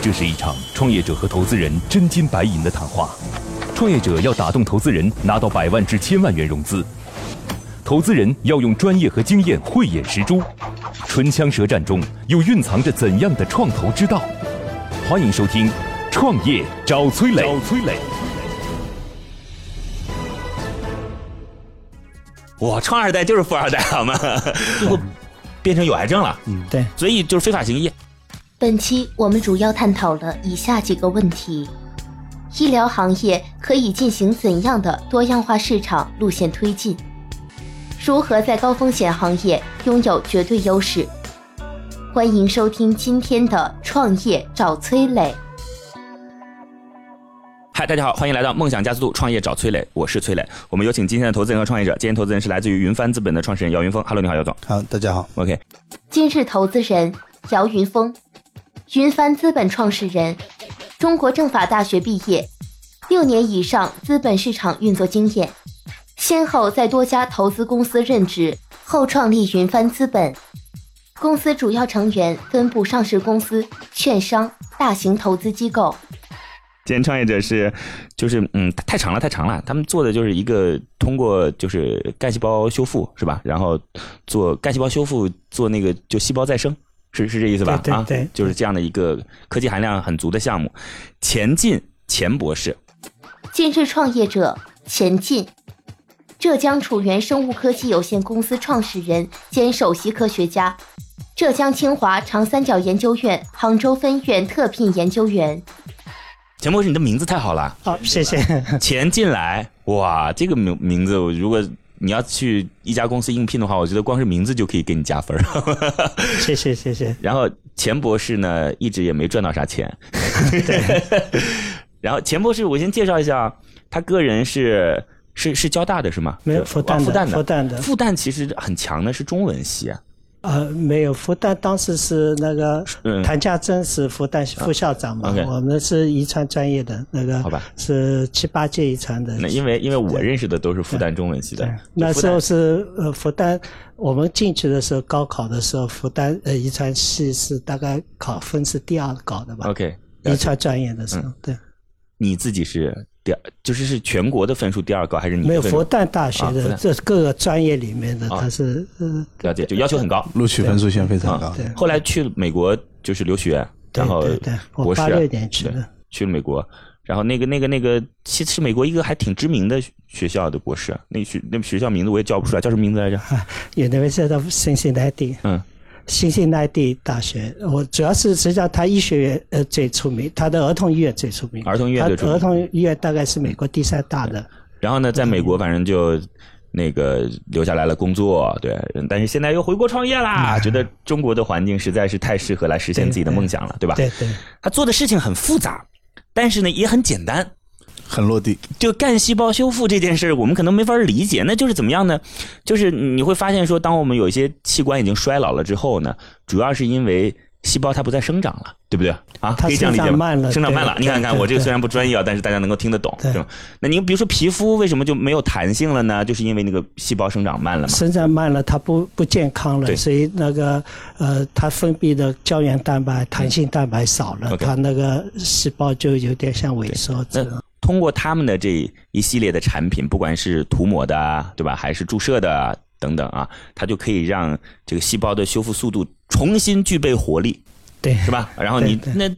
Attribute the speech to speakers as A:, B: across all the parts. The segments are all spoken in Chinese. A: 这是一场创业者和投资人真金白银的谈话。创业者要打动投资人拿到百万至千万元融资，投资人要用专业和经验慧眼识珠。唇枪舌战中又蕴藏着怎样的创投之道？欢迎收听《创业找崔磊》。
B: 找崔磊。哇，创二代就是富二代，好吗？最后变成有癌症了，
C: 嗯，对，
B: 所以就是非法行医。
D: 本期我们主要探讨了以下几个问题：医疗行业可以进行怎样的多样化市场路线推进？如何在高风险行业拥有绝对优势？欢迎收听今天的《创业找崔磊》。
B: 嗨，大家好，欢迎来到梦想加速度创业找崔磊，我是崔磊。我们有请今天的投资人和创业者，今天投资人是来自于云帆资本的创始人姚云峰。Hello，你好，姚总。
C: 好，大家好，
B: OK，
D: 今日投资人姚云峰，云帆资本创始人，中国政法大学毕业，六年以上资本市场运作经验，先后在多家投资公司任职，后创立云帆资本。公司主要成员分布上市公司、券商、大型投资机构。
B: 今天创业者是，就是嗯，太长了，太长了。他们做的就是一个通过就是干细胞修复是吧？然后做干细胞修复，做那个就细胞再生，是是这意思吧？
C: 对对对
B: 啊，就是这样的一个科技含量很足的项目。钱进钱博士，
D: 今日创业者钱进，浙江楚源生物科技有限公司创始人兼首席科学家，浙江清华长三角研究院杭州分院特聘研究员。
B: 钱博士，你的名字太好了。
C: 好，谢谢。
B: 钱进来，哇，这个名名字，我如果你要去一家公司应聘的话，我觉得光是名字就可以给你加分儿。
C: 谢 谢谢谢，
B: 然后钱博士呢，一直也没赚到啥钱。 然后钱博士，我先介绍一下啊，他个人是是是交大的是吗？
C: 没有
B: 复
C: 复旦的
B: 复旦的
C: 复旦的
B: 复旦其实很强的是中文系啊。
C: 呃，没有，复旦当时是那个
B: 嗯啊
C: 谭家珍是复旦副校长嘛，
B: OK
C: 我们是遗传专业的那个，
B: 好吧
C: 是七八届遗传的。
B: 那因为因为我认识的都是复旦中文系的
C: 对，
B: 就
C: 那
B: 复
C: 时
B: 旦
C: 候是呃复旦，我们进去的时候高考的时候，复旦呃遗传系是大概考分是第二高的吧
B: OK，
C: 遗传专业的时
B: 嗯
C: 候，对，
B: 你自己是第二，就是是全国的分数第二高还是你的
C: 没有
B: 分数
C: 复旦大学
B: 啊复
C: 的
B: 旦
C: 这各个专业里面的，
B: 啊
C: 它是呃
B: 了解，就要求很高。
E: 录取分数线非常高。
C: 对
B: 后来去美国就是留学，
C: 对
B: 然后
C: 对对我
B: 博士啊
C: 86年去
B: 对
C: 的
B: 去了美国。然后那个那个那个，其实是美国一个还挺知名的学校的博士，那个学那个学校名字我也叫不出来，叫什么名字来着？
C: University of Cincinnati，
B: 嗯，
C: 辛辛那提大学，我主要是实际上它医学院呃最出名，它的儿童医院最出名，
B: 儿童医院
C: 它
B: 最出名
C: 儿童医院大概是美国第三大的，
B: 然后呢，在美国反正就那个留下来了工作，对，但是现在又回国创业啦，觉得中国的环境实在是太适合来实现自己的梦想了，对吧？
C: 对对，
B: 他做的事情很复杂，但是呢也很简单，
E: 很落地。
B: 就干细胞修复这件事儿，我们可能没法理解。那就是怎么样呢？就是你会发现说，当我们有一些器官已经衰老了之后呢，主要是因为细胞它不再生长了，对不对啊？
C: 它
B: 可以这样理解
C: 生长
B: 吗？
C: 慢了
B: 生长慢了。
C: 对
B: 你看看
C: 对
B: 我这个
C: 对
B: 虽然不专业啊，但是大家能够听得懂，
C: 对
B: 是吧？那你比如说皮肤为什么就没有弹性了呢？就是因为那个细胞生长慢了嘛。
C: 生长慢了，它不不健康
B: 对
C: 了，所以那个呃，它分泌的胶原蛋白、弹性蛋白少了，
B: OK
C: 它那个呃细胞就有点像萎缩。
B: 那
C: 这样
B: 通过他们的这一系列的产品，不管是涂抹的啊，对吧，还是注射的啊等等啊，它就可以让这个细胞的修复速度重新具备活力。
C: 对，
B: 是吧？然后你
C: 对
B: 那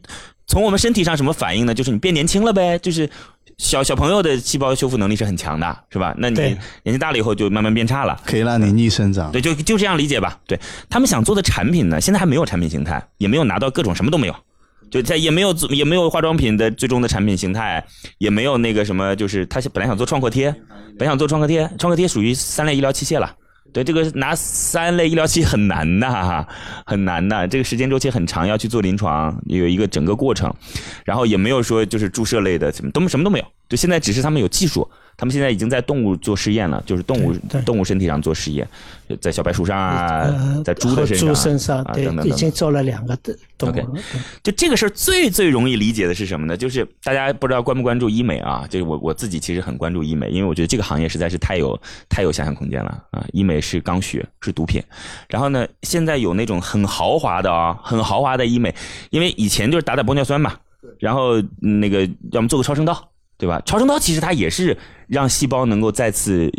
B: 从我们身体上什么反应呢？就是你变年轻了呗，就是小小朋友的细胞修复能力是很强的，是吧？那你
C: 对
B: 年纪大了以后就慢慢变差了。
E: 可以让你逆生长，
B: 对，就就这样理解吧。对他们想做的产品呢，现在还没有产品形态，也没有拿到各种什么都没有，就在也没有也没有化妆品的最终的产品形态，也没有那个什么，就是他本来想做创可贴，本来想做创可贴，创可贴属于三类医疗器械了。对，这个拿三类医疗器械很难呐，很难呐，这个时间周期很长，要去做临床，有一个整个过程，然后也没有说就是注射类的，什么都什么都没有，就现在只是他们有技术，他们现在已经在动物做试验了，就是动物
C: 对对
B: 动物身体上做试验，在小白鼠上啊
C: 呃，
B: 在猪的身上啊、
C: 猪身上
B: 啊
C: 对
B: 等等，等
C: 已
B: 等
C: 经做了两个的动物
B: OK
C: 了。对
B: 就这个事儿最最容易理解的是什么呢？就是大家不知道关不关注医美啊？就是我我自己其实很关注医美，因为我觉得这个行业实在是太有太有想象空间了啊！医美是刚需，是毒品。然后呢，现在有那种很豪华的啊，很豪华的医美，因为以前就是打打玻尿酸嘛，然后嗯那个要么做个超声刀，对吧？超声刀其实它也是让细胞能够再次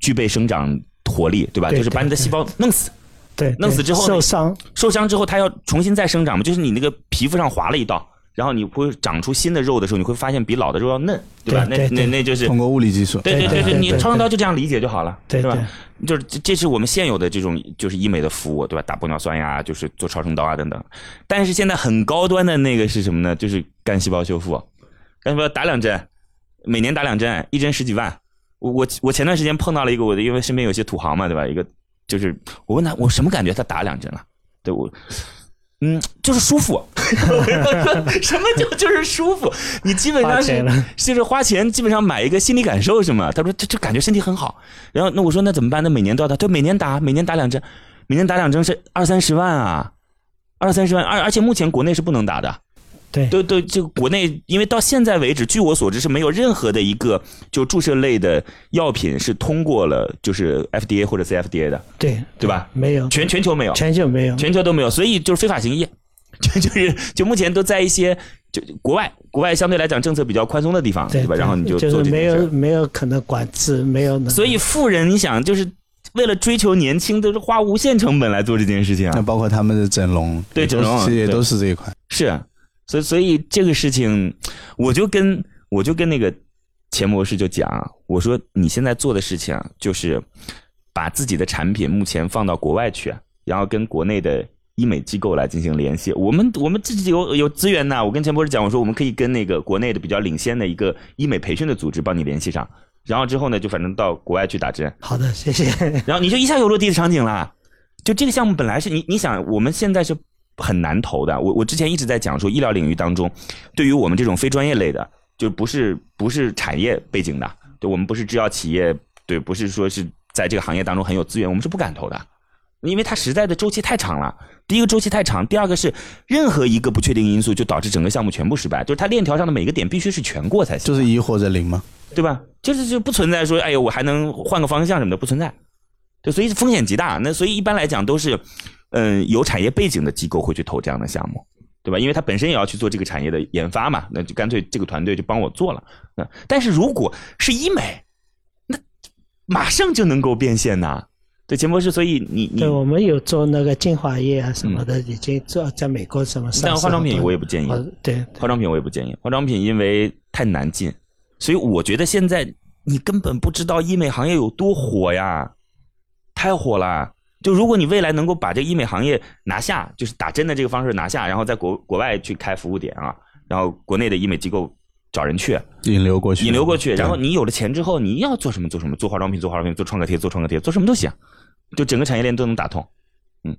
B: 具备生长活力，对吧？
C: 对
B: 就是把你的细胞弄死。
C: 对，
B: 弄死之后呢
C: 受伤，
B: 受伤之后，它要重新再生长嘛，就是你那个皮肤上划了一道，然后你会长出新的肉的时候，你会发现比老的肉要嫩，对吧？
C: 对对
B: 那那
C: 对
B: 那就是
E: 通过物理技术，
B: 对对对
C: 对
B: 对，
C: 对
B: 你
C: 对
B: 超声刀就这样理解就好了，
C: 对
B: 是吧
C: 对？
B: 就是这这是我们现有的这种就是医美的服务，对吧？打玻尿酸呀，就是做超声刀啊等等。但是现在很高端的那个是什么呢？就是干细胞修复，干细胞打两针，每年打两针，一针十几万。我我我前段时间碰到了一个我的，因为身边有些土豪嘛，对吧？一个就是我问他我什么感觉，他打两针了，对我。嗯，就是舒 服，什么就就是舒服，你基本上
C: 花
B: 是
C: 钱了
B: 就是花钱基本上买一个心理感受是吗？他说这这感觉身体很好，然后那我说那怎么办？那每年都要打，对，每年打，每年打两针，每年打两针是二三十万啊，二三十万，而而且目前国内是不能打的，
C: 对
B: 对对，这个国内因为到现在为止，据我所知是没有任何的一个就注射类的药品是通过了就是 FDA 或者 CFDA 的，
C: 对
B: 对吧？
C: 没有，
B: 全全球没有，
C: 嗯全球没有，
B: 全球都没有，所以就是非法行医，就 就是就目前都在一些就国外国外相对来讲政策比较宽松的地方，
C: 对
B: 吧？然后你就
C: 就
B: 做这
C: 是没
B: 件事
C: 有
B: 儿。
C: 没有可能管制，没有能
B: 所以富人，你想就是为了追求年轻，都是花无限成本来做这件事情
E: 那
B: 啊，
E: 包括他们的整容，
B: 对
E: 也都
B: 整容啊
E: 其实也
B: 对
E: 都是这一块。
B: 是，啊所以所以这个事情，我就跟我就跟那个钱博士就讲，啊我说你现在做的事情啊就是把自己的产品目前放到国外去，啊然后跟国内的医美机构来进行联系。我们我们自己有有资源呐，我跟钱博士讲，我说我们可以跟那个国内的比较领先的一个医美培训的组织帮你联系上，然后之后呢，就反正到国外去打针。
C: 好的，谢谢。
B: 然后你就一下有落地的场景了。就这个项目本来是你，你想我们现在是很难投的。我我之前一直在讲说，医疗领域当中，对于我们这种非专业类的，就不是不是产业背景的，对我们不是制药企业，对，不是说是在这个行业当中很有资源，我们是不敢投的。因为它实在的周期太长了，第一个周期太长，第二个是任何一个不确定因素就导致整个项目全部失败，就是它链条上的每个点必须是全过才行。
E: 就是一或者零嘛，
B: 对吧？就是就不存在说，哎呦，我还能换个方向什么的，不存在。对，所以风险极大。那所以一般来讲都是，嗯、有产业背景的机构会去投这样的项目，对吧？因为他本身也要去做这个产业的研发嘛，那就干脆这个团队就帮我做了。那但是如果是医美，那马上就能够变现呐、对，钱博士，所以你你
C: 对，我们有做那个精华液啊什么的，已经做在美国什么上
B: 嗯
C: 市
B: 但
C: 很多。
B: 化妆品我也不建议。
C: 哦对
B: 化妆品我也不建议，化妆品因为太难进，所以我觉得现在你根本不知道医美行业有多火呀，太火了。就如果你未来能够把这医美行业拿下，就是打针的这个方式拿下，然后在国国外去开服务点啊，然后国内的医美机构找人去，
E: 引流过去，
B: 引流过去，
E: 对
B: 然后你有了钱之后，你要做什么做什么，做化妆品做化妆品，做创可贴做创可贴，做什么都行，就整个产业链都能打通。嗯，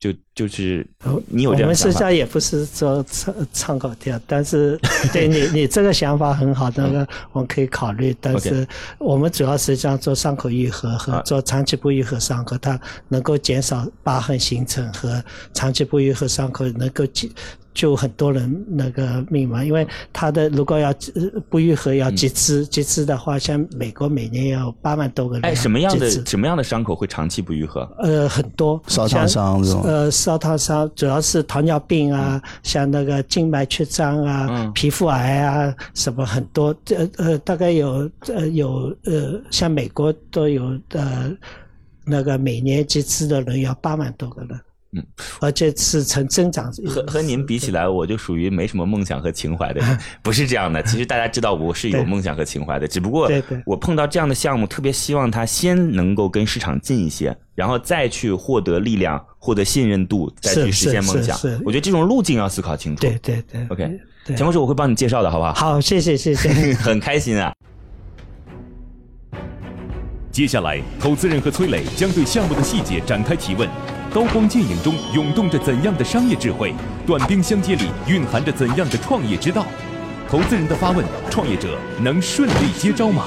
B: 就就是
C: 哦
B: 你有这样
C: 我
B: 的
C: 们
B: 想
C: 实际
B: 法，
C: 上也不是做唱唱口调，但是对你你这个想法很好，那个我们可以考虑。
B: 嗯
C: 但
B: OK
C: 是我们主要实际上做伤口愈合和
B: 啊
C: 做长期不愈合伤口，它能够减少疤痕形成和长期不愈合伤口能够救救很多人那个命嘛，因为它的如果要呃不愈合要
B: 嗯
C: 截肢，截肢的话，像美国每年要八万多个人
B: 哎，什么样的
C: 截肢
B: 什么样的伤口会长期不愈合？
C: 呃，很多
E: 烧烫伤这
C: 像
E: 种
C: 呃，烧烫伤主要是糖尿病啊，像那个静脉曲张啊、
B: 嗯
C: 皮肤癌啊，什么很多，呃呃，大概有呃有呃，像美国都有呃，那个每年截肢的人要八万多个人，
B: 嗯，
C: 而且是呈增长，
B: 和和您比起来，我就属于没什么梦想和情怀的 人，不是这样的。其实大家知道我是有
C: 对
B: 梦想和情怀的，只不过
C: 对对
B: 我碰到这样的项目，特别希望它先能够跟市场近一些，然后再去获得力量、获得信任度，再
C: 是
B: 去实现
C: 是
B: 梦
C: 是
B: 想
C: 是。
B: 我觉得这种路径要思考清楚。
C: 对对对
B: OK
C: 对
B: 钱博士，我会帮你介绍的，好不好？
C: 好，谢谢谢谢。
B: 很开心啊。
A: 接下来，投资人和崔磊将对项目的细节展开提问。刀光剑影中涌动着怎样的商业智慧？短兵相接里蕴含着怎样的创业之道？投资人的发问，创业者能顺利接招吗？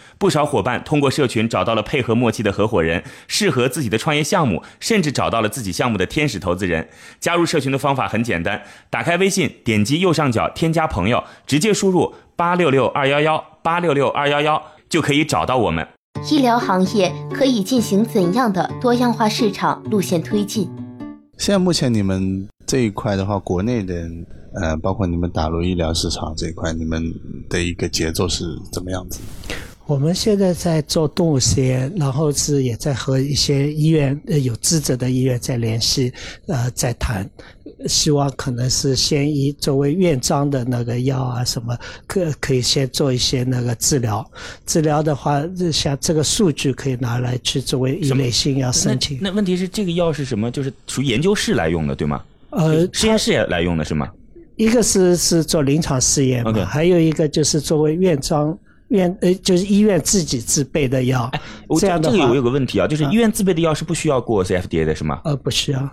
B: 不少伙伴通过社群找到了配合默契的合伙人，适合自己的创业项目，甚至找到了自己项目的天使投资人。加入社群的方法很简单，打开微信，点击右上角添加朋友，直接输入八六六二幺幺八六六二幺幺就可以找到我们。
D: 医疗行业可以进行怎样的多样化市场路线推进？
E: 现在目前你们这一块的话，国内的呃，包括你们打入医疗市场这一块，你们的一个节奏是怎么样子？
C: 我们现在在做动物实验，然后是也在和一些医院呃有资质的医院在联系，呃，在谈，希望可能是先以作为院章的那个药啊什么，可可以先做一些那个治疗。治疗的话，这像这个数据可以拿来去作为一类新药申请。
B: 那问题是这个药是什么？就是属于研究室来用的，对吗？
C: 呃，
B: 实验室也来用的是吗？
C: 一个是是做临床试验嘛
B: OK
C: 还有一个就是作为院章院呃就是医院自己自备的药，
B: 哎我
C: 这样的
B: 这个
C: 话
B: 我有个问题啊，就是医院自备的药是不需要过 CFDA 的是吗？
C: 呃不需要。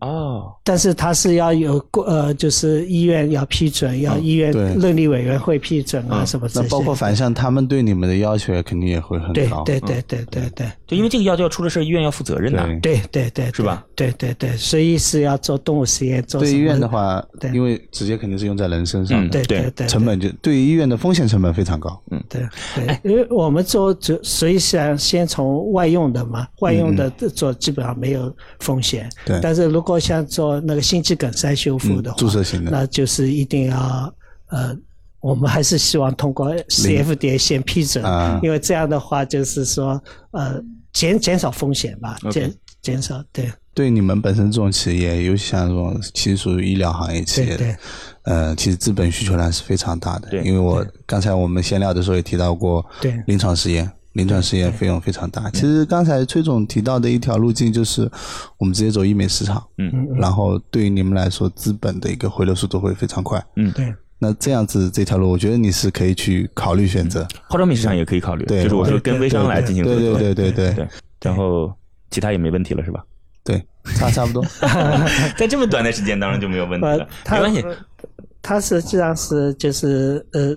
B: 哦，
C: 但是它是要有过呃，就是医院要批准，要医院
E: 哦对哦
C: 伦理委员会批准啊，
B: 嗯
C: 什么这
E: 那
C: 些。
E: 包括反向，他们对你们的要求也肯定也嗯会很
C: 对
E: 高。
C: 对对对对对
B: 就因为这个药要出了事儿，医院要负责任的。
E: 对
C: 对对对，
B: 是吧？
C: 对对对，所以是要做动物实验，做
E: 对
C: 什
E: 医
C: 么
E: 院的，话
C: 对，
E: 因为直接肯定是用在人身上
B: 嗯
E: 的，
C: 对对
B: 对
C: 对，
E: 成本哎就对于医院的风险成本非常高。
C: 对对，因为我们做主，所以想先从外用的嘛，外用的做基本上没有风险。
E: 嗯对
C: 但是如果像做那个心肌梗塞修复的话，
E: 嗯注射型的
C: 那就是一定要呃，我们还是希望通过 CFDA 先批准
E: 啊，
C: 因为这样的话就是说呃减减少风险吧，减减少对
E: 对你们本身这种企业，尤其像这种其实属于医疗行业企业
C: 对对
E: 的，呃，其实资本需求量是非常大的。
B: 对
E: 因为我刚才我们闲聊的时候也提到过，
C: 对嗯
E: 临床试验，临床试验费用非常大。其实刚才崔总提到的一条路径就是，我们直接走医美市场，
B: 嗯，
E: 然后对于你们来说，资本的一个回流速度会非常快。
B: 嗯
C: 对
E: 那这样子这条路，我觉得你是可以去考虑选择。
B: 化妆品市场也可以考虑，
E: 对
B: 就是我说跟微商来进行
E: 对
B: 合作。
E: 对对对对
B: 对，然后其他也没问题了， 是吧？
E: 对，差差不多。
B: 在这么短的时间当中就没有问题
C: 呃
B: 了，，
C: 它
B: 没关系。
C: 它实际上是就是呃，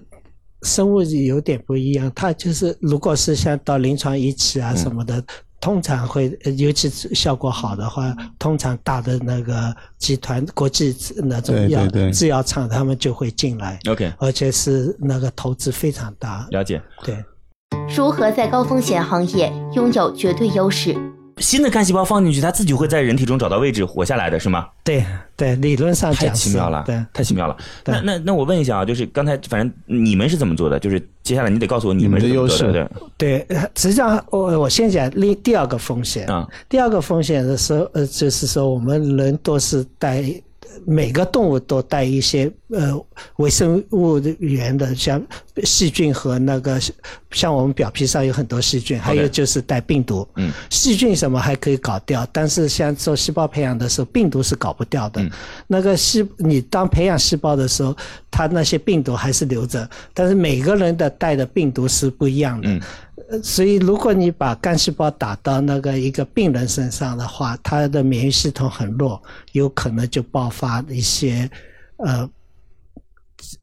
C: 生物有点不一样，它就是如果是像到临床仪器
E: 嗯
C: 啊什么的。通常会，呃尤其是效果好的话，
E: 嗯
C: 通常大的那个集团、国际那种
E: 对
C: 药
E: 对对
C: 制药厂，他们就会进来，
B: OK，
C: 而且是那个投资非常大。
B: 了解。
C: 对，
D: 如何在高风险行业拥有绝对优势？
B: 新的干细胞放进去，它自己会在人体中找到位置活下来的是吗？
C: 对，对，理论上
B: 太
C: 讲是
B: 奇妙了，
C: 对，
B: 太奇妙了。
C: 对
B: 那那那我问一下啊，就是刚才反正你们是怎么做的？就是接下来你得告诉我你们是
E: 你
B: 怎么
E: 们的
B: 做的，
C: 对，呃实际上我我先讲另第二个风险
B: 对啊，
C: 第二个风险的时候，呃，就是说我们人都是带每个动物都带一些呃微生物的源的，像细菌和那个像我们表皮上有很多细菌，还有就是带病毒。
B: 嗯，
C: 细菌什么还可以搞掉，但是像做细胞培养的时候，病毒是搞不掉
B: 嗯
C: 的。那个细你当培养细胞的时候，它那些病毒还是留着，但是每个人的带的病毒是不一样的。
B: 嗯
C: 呃所以，如果你把干细胞打到那个一个病人身上的话，他的免疫系统很弱，有可能就爆发一些呃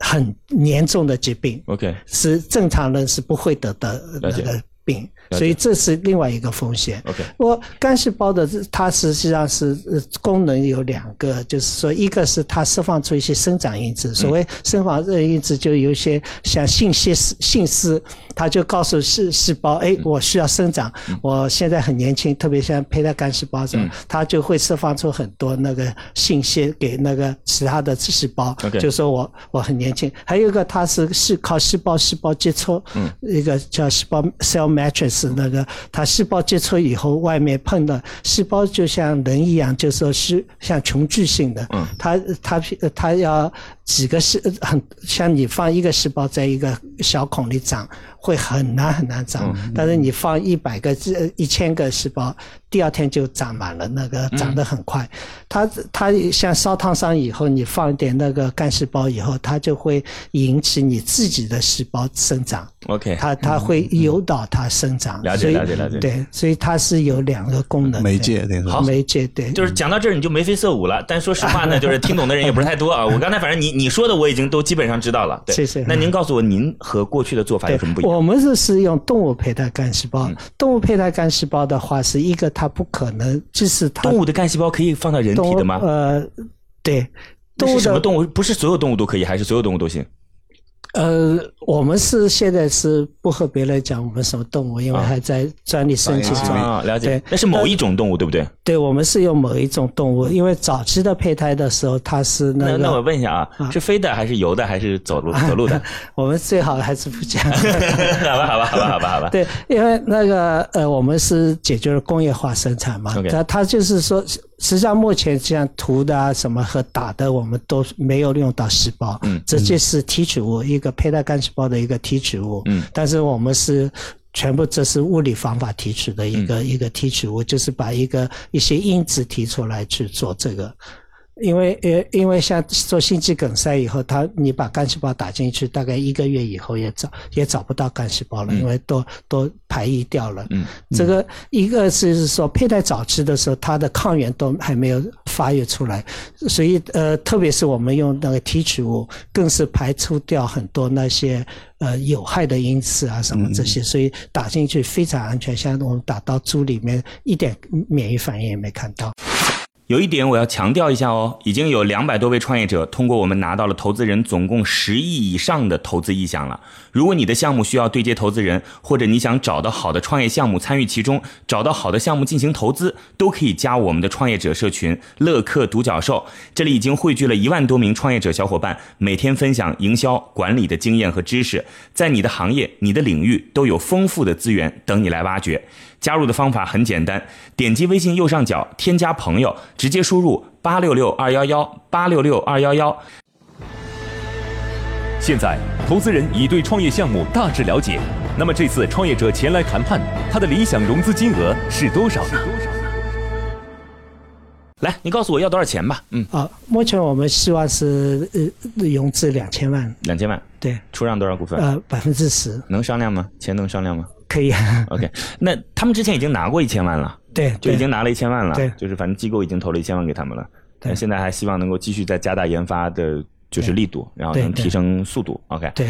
C: 很严重的疾病，
B: OK，
C: 是正常人是不会得的那
B: 了解
C: 个病，
B: 解
C: 所以这是另外一个风险。
B: OK
C: 我干细胞的它实际上是呃功能有两个，就是说一个是它释放出一些生长因
B: 嗯
C: 子，所谓生长因子就有一些像信息信丝，它就告诉细细胞，
B: 嗯
C: 哎，我需要生长，我现在很年轻，特别像胚胎干细胞这
B: 嗯
C: 种，它就会释放出很多那个信息给那个其他的细胞
B: OK
C: 就说我我很年轻。还有一个它是是靠细胞细胞接触，嗯，一个叫细胞 cell matrix 那个，它细胞接触以后外面碰到细胞就像人一样，就说是像琼聚性的，嗯，它它它要几个细呃很像你放一个细胞在一个小孔里长，会很难很难长。
B: 嗯
C: 但是你放一百个、呃一千个细胞，第二天就长满了，那个
B: 嗯
C: 长得很快。它它像烧烫伤以后，你放一点那个干细胞以后，它就会引起你自己的细胞生长。
B: OK，
C: 它它会诱导它生长。
B: 嗯了解
C: 所以
B: 了解了解
C: 对，所以它是有两个功能。
E: 媒介等于
C: 对，
E: 说
B: 好
C: 媒介对。
B: 就是讲到这儿你就眉飞色舞了，但说实话 呢，就是听懂的人也不是太多啊。我刚才反正你你说的我已经都基本上知道了。对，
C: 是是
B: 那您告诉我，您和过去的做法有
C: 对
B: 什么不，一样？嗯
C: 我们是使用动物胚胎干细胞。动物胚胎干细胞的话，是一个它不可能，即使它
B: 动物的干细胞可以放到人
C: 动
B: 体
C: 物
B: 的吗？
C: 呃，对，
B: 那
C: 动
B: 是
C: 物
B: 什么
C: 的
B: 动物？不是所有动物都可以，还是所有动物都行？
C: 呃，我们是现在是不和别人讲我们什么动物，因为
B: 啊
C: 还在专利申请中。
B: 啊，了解
C: 对。
B: 那是某一种动物，对不对？
C: 对，我们是用某一种动物，因为早期的胚胎的时候，它是
B: 那
C: 那
B: 那我
C: 个，
B: 问一下啊，是飞的还是游的还是走路走路 的？
C: 我们最好还是不讲。
B: 好吧，好吧，好吧，好吧，好吧。
C: 对，因为那个呃，我们是解决了工业化生产嘛
B: OK，
C: 它它就是说，实实际上目前像涂的啊什么和打的，我们都没有用到细胞，
B: 嗯
C: 直接是提取物，一个胚胎干细胞的一个提取物，
B: 嗯，
C: 但是我们是。全部这是物理方法提取的一
B: 嗯
C: 个、一个提取物，就是把一个一些因子提出来去做这个，因为呃，因为像做心肌梗塞以后，它你把干细胞打进去，大概一个月以后也找也找不到干细胞了，因为都都排异掉了。
B: 嗯，
C: 这个一个是说佩戴早期的时候，它的抗原都还没有发育出来，所以呃，特别是我们用那个提取物，更是排除掉很多那些呃有害的因子啊什
B: 嗯
C: 么这些，所以打进去非常安全。像我们打到猪里面，一点免疫反应也没看到。
B: 有一点我要强调一下哦，已经有两百多位创业者通过我们拿到了投资人总共十亿以上的投资意向了。如果你的项目需要对接投资人，或者你想找到好的创业项目参与其中，找到好的项目进行投资，都可以加我们的创业者社群“乐客独角兽”。这里已经汇聚了一万多名创业者小伙伴，每天分享营销管理的经验和知识，在你的行业、你的领域都有丰富的资源等你来挖掘。加入的方法很简单，点击微信右上角添加朋友，直接输入八六六二幺幺八六六二幺幺。
A: 现在，投资人已对创业项目大致了解。那么这次创业者前来谈判，他的理想融资金额是多少？
B: 来，你告诉我要多少钱吧？嗯，
C: 啊，目前我们希望是呃融资两千万，
B: 两千万，
C: 对，
B: 出让多少股份？
C: 呃百分之十
B: 能商量吗？钱能商量吗
C: 可以，
B: ？OK，那他们之前已经拿过一千万了，
C: 对，
B: 就已
C: 对
B: 经拿了一千万了，
C: 对
B: 就是反正机构已经投了一千万给他们了，
C: 对
B: 那现在还希望能够继续再加大研发的，就是力度，然后
C: 对
B: 能
C: 对
B: 提升速度。OK，
C: 对。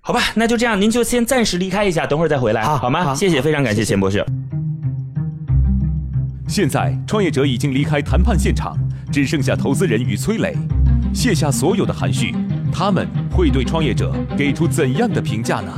B: 好吧，那就这样，您就先暂时离开一下，等会儿再回来，
C: 好
B: 吗？
C: 好
B: 谢谢，非常感谢钱博士。
A: 现在，创业者已经离开谈判现场，只剩下投资人与崔磊，卸下所有的含蓄，他们会对创业者给出怎样的评价呢？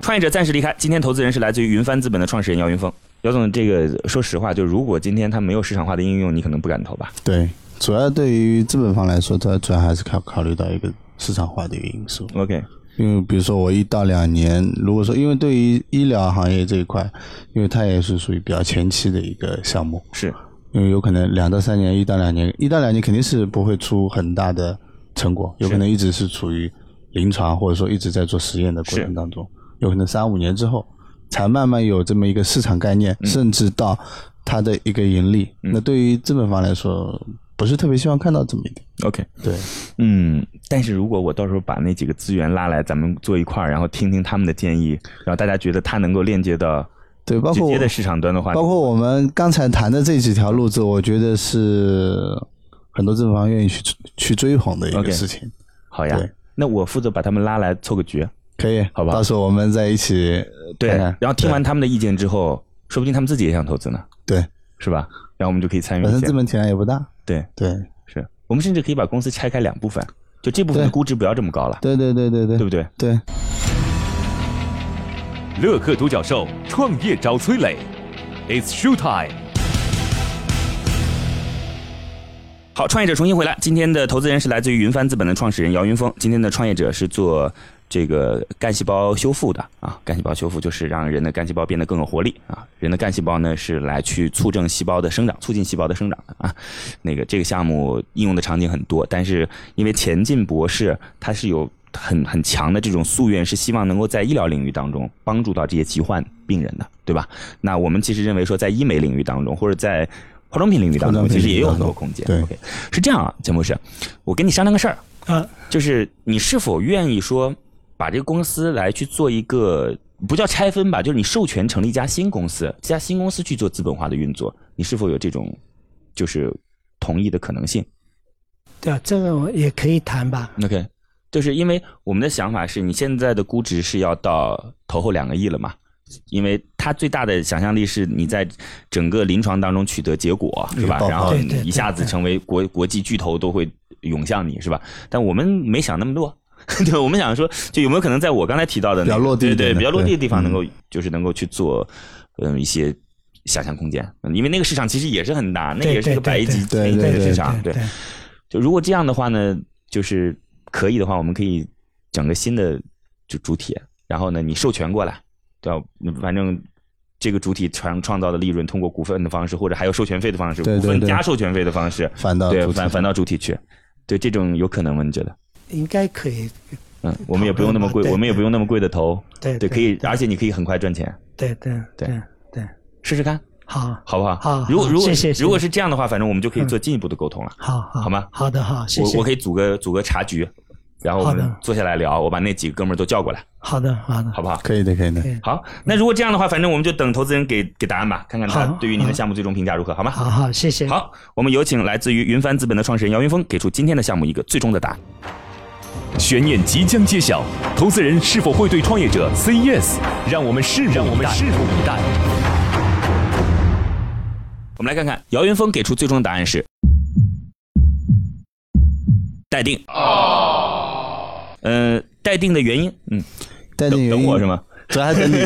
B: 创业者暂时离开。今天投资人是来自于云帆资本的创始人姚云峰。姚总，这个说实话，就如果今天它没有市场化的应用，你可能不敢投吧？
E: 对，主要对于资本方来说，它主要还是考考虑到一个市场化的一个因素。
B: OK，
E: 因为比如说我一到两年，如果说因为对于医疗行业这一块，因为它也是属于比较前期的一个项目，
B: 是
E: 因为有可能两到三年，一到两年，一到两年肯定是不会出很大的成果，有可能一直是处于临床或者说一直在做实验的过
B: 是
E: 程当中，有可能三五年之后才慢慢有这么一个市场概
B: 嗯
E: 念，甚至到它的一个盈利。那对于资本方来说，不是特别希望看到这么一点。
B: OK，
E: 对，
B: 嗯，但是如果我到时候把那几个资源拉来，咱们坐一块儿，然后听听他们的建议，然后大家觉得它能够链接到
E: 对，包
B: 直
E: 括我
B: 接的市场端的话，
E: 包括我们刚才谈的这几条路子，我觉得是很多资本方愿意去去追捧的一
B: OK
E: 个事情。
B: 好呀
E: 对。呃
B: 那我负责把他们拉来凑个局，
E: 可以，
B: 好吧
E: 到时候我们在一起
B: 对，
E: 看看
B: 然后听完他们的意见之后，说不定他们自己也想投资呢，
E: 对，
B: 是吧？然后我们就可以参与
E: 本
B: 一
E: 身资
B: 下。
E: 本体量也不大，
B: 对，
E: 对，
B: 是我们甚至可以把公司拆开两部分，就这部分的
E: 对
B: 估值不要这么高了，
E: 对对对对对，
B: 对不对？
E: 对，
A: 乐客独角兽创业找崔磊，It's show time。
B: 好，创业者重新回来。今天的投资人是来自于云帆资本的创始人姚云峰。今天的创业者是做这个干细胞修复的啊，干细胞修复就是让啊人的干细胞变得更有活力啊。人的干细胞呢是来去促进细胞的生长，促进细胞的生长的啊。那个这个项目应用的场景很多，但是因为钱进博士他是有很很强的这种夙愿，是希望能够在医疗领域当中帮助到这些疾患病人的，对吧？那我们其实认为说，在医美领域当中，或者在化妆品领域当中，
E: 化妆品
B: 其实也有很
E: 领域当
B: 多
E: 中
B: 空间。
E: 对
B: o k 是这样啊，钱博士，我跟你商量个事儿，
C: 啊，
B: 就是你是否愿意说把这个公司来去做一个不叫拆分吧，就是你授权成立一家新公司，这家新公司去做资本化的运作，你是否有这种就是同意的可能性
C: 对啊，这个我也可以谈吧。
B: ？OK，就是因为我们的想法是你现在的估值是要到头后两个亿了嘛。因为它最大的想象力是你在整个临床当中取得结果，是吧
E: 爆？发
B: 然后
C: 对对对
B: 一下子成为国国际巨头都会涌向你，是吧？但我们没想那么多， 对，我们想说，就有没有可能在我刚才提到的那个
E: 比较落地
B: 对
E: 一点
B: 对
E: 的
B: 比较落地的
E: 对
B: 地方，
E: 嗯
B: 能够就是能够去做，嗯，一些想象空间，嗯因为那个市场其实也是很大，那
C: 对
B: 也是个
C: 对
B: 百亿
C: 对
B: 级
E: 对
B: 一
E: 对
B: 个
E: 对
B: 市场，
C: 对，
B: 就如果这样的话呢，就是可以的话，我们可以整个新的就主体，然后呢，你授权过来，对吧？反正这个主体创创造的利润，通过股份的方式，或者还有授权费的方式，
E: 对对
B: 股份
E: 对
B: 加授权费的方式，
E: 反倒
B: 对
E: 主体
B: 反反到主体去，对这种有可能吗？你觉得？
C: 应该可以。
B: 嗯，我们也不用那么贵，
C: 对
B: 我们也不用那么贵的投，
C: 对
B: 对，可以，而
C: 且
B: 且你可以很快赚钱，
C: 对对
B: 对
C: 对，
B: 试试看，
C: 好，
B: 好不好？
C: 好
B: 如果
C: 好
B: 如果
C: 谢谢谢谢
B: 如果是这样的话，反正我们就可以做进一步的沟通了。
C: 好好
B: 好吗
C: 好的，好，谢
B: 我
C: 谢
B: 我。可以组个组个茶局，然后我
C: 好
B: 们
C: 的
B: 坐下来聊，我把那几个哥们儿都叫过来，
C: 好的，好的，
B: 好不好？
E: 可以的，可以的
C: 可，以
B: 好，那如果这样的话，反正我们就等投资人给给答案吧，看看他
C: 好
B: 对于您的项目最终评价如何，好吗？
C: 好好，谢谢。
B: 好，我们有请来自于云帆资本的创始人姚云峰给出今天的项目一个最终的答案。
A: 悬念即将揭晓，投资人是否会对创业者 say yes？让我们拭目我们拭目以待。
B: 我们来看看姚云峰给出最终的答案是待定。嗯、待定的原因，嗯，
E: 但
B: 等
E: 你
B: 等我是？吗
E: 主要还等你。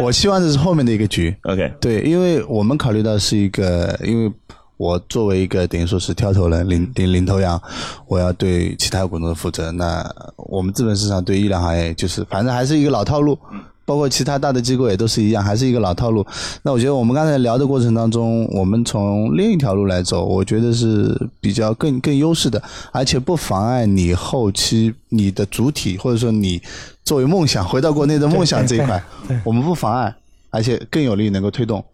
E: 我希望这是后面的一个局。
B: ？OK，
E: 对，因为我们考虑到是一个，因为我作为一个等于说是挑头人、
C: 嗯
E: 领领领头羊，我要对其他股东的负责。那我们资本市场对医疗行业就是，反正还是一个老套路。
C: 嗯
E: 包括其他大的机构也都是一样，还是一个老套路。那我觉得我们刚才聊的过程当中，我们从另一条路来走，我觉得是比较更更优势的，而且不妨碍你后期你的主体或者说你作为梦想回到国内的梦想这一块
C: 对对对，
E: 我们不妨碍，而且更有力能够推动。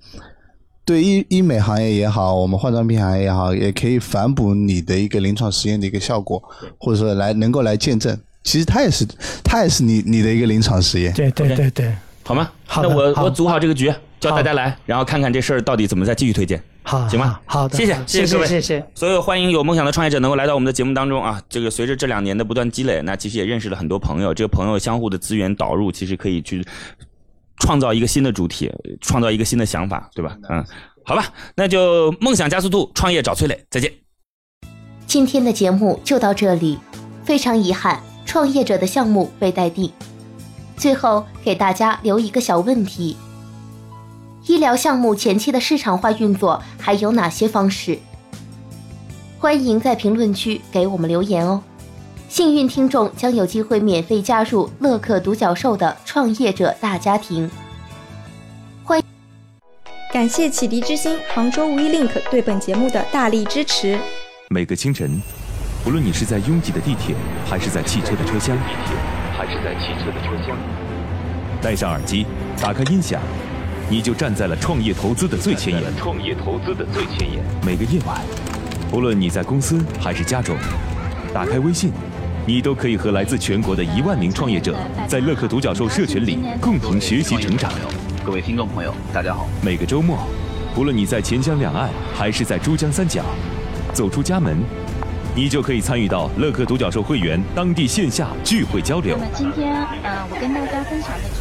E: 对医医美行业也好，我们化妆品行业也好，也可以反哺你的一个临床实验的一个效果，或者说来能够来见证。其实它也是，它也是你你的一个临床实验。
C: 对对对对，
B: 好吗？
C: 好
B: 那
C: 的
B: 我
C: 好
B: 我组好这个局，叫
C: 好
B: 大家来，然后看看这事儿到底怎么再继续推荐。
C: 好，
B: 行吧
C: 好好的，
B: 谢谢
C: 好
B: 谢谢
C: 谢
B: 各位
C: 谢谢。
B: 所有欢迎有梦想的创业者能够来到我们的节目当中啊！这个随着这两年的不断积累，那其实也认识了很多朋友，这个朋友相互的资源导入，其实可以去创造一个新的主体，创造一个新的想法，对吧？嗯，好吧，那就梦想加速度，创业找崔磊，再见。
D: 今天的节目就到这里，非常遗憾，创业者的项目被待定。最后给大家留一个小问题：医疗项目前期的市场化运作还有哪些方式？欢迎在评论区给我们留言哦。幸运听众将有机会免费加入乐客独角兽的创业者大家庭。
F: 感谢启迪之星、杭州无一 link 对本节目的大力支持。
A: 每个清晨，不论你是在拥挤的地铁，还是在汽车的车厢，还是在汽车的车厢，戴上耳机，打开音响，你就站在了创业投资的最前沿。创业投资的最前沿。每个夜晚，不论你在公司还是家中，打开微信。你都可以和来自全国的一万名创业者，在乐客独角兽社群里共同学习成长。
G: 各位听众朋友，大家好。
A: 每个周末，不论你在钱江两岸还是在珠江三角，走出家门，你就可以参与到乐客独角兽会员当地线下聚会交流
H: 那。么今天，呃，我跟大家分享的主题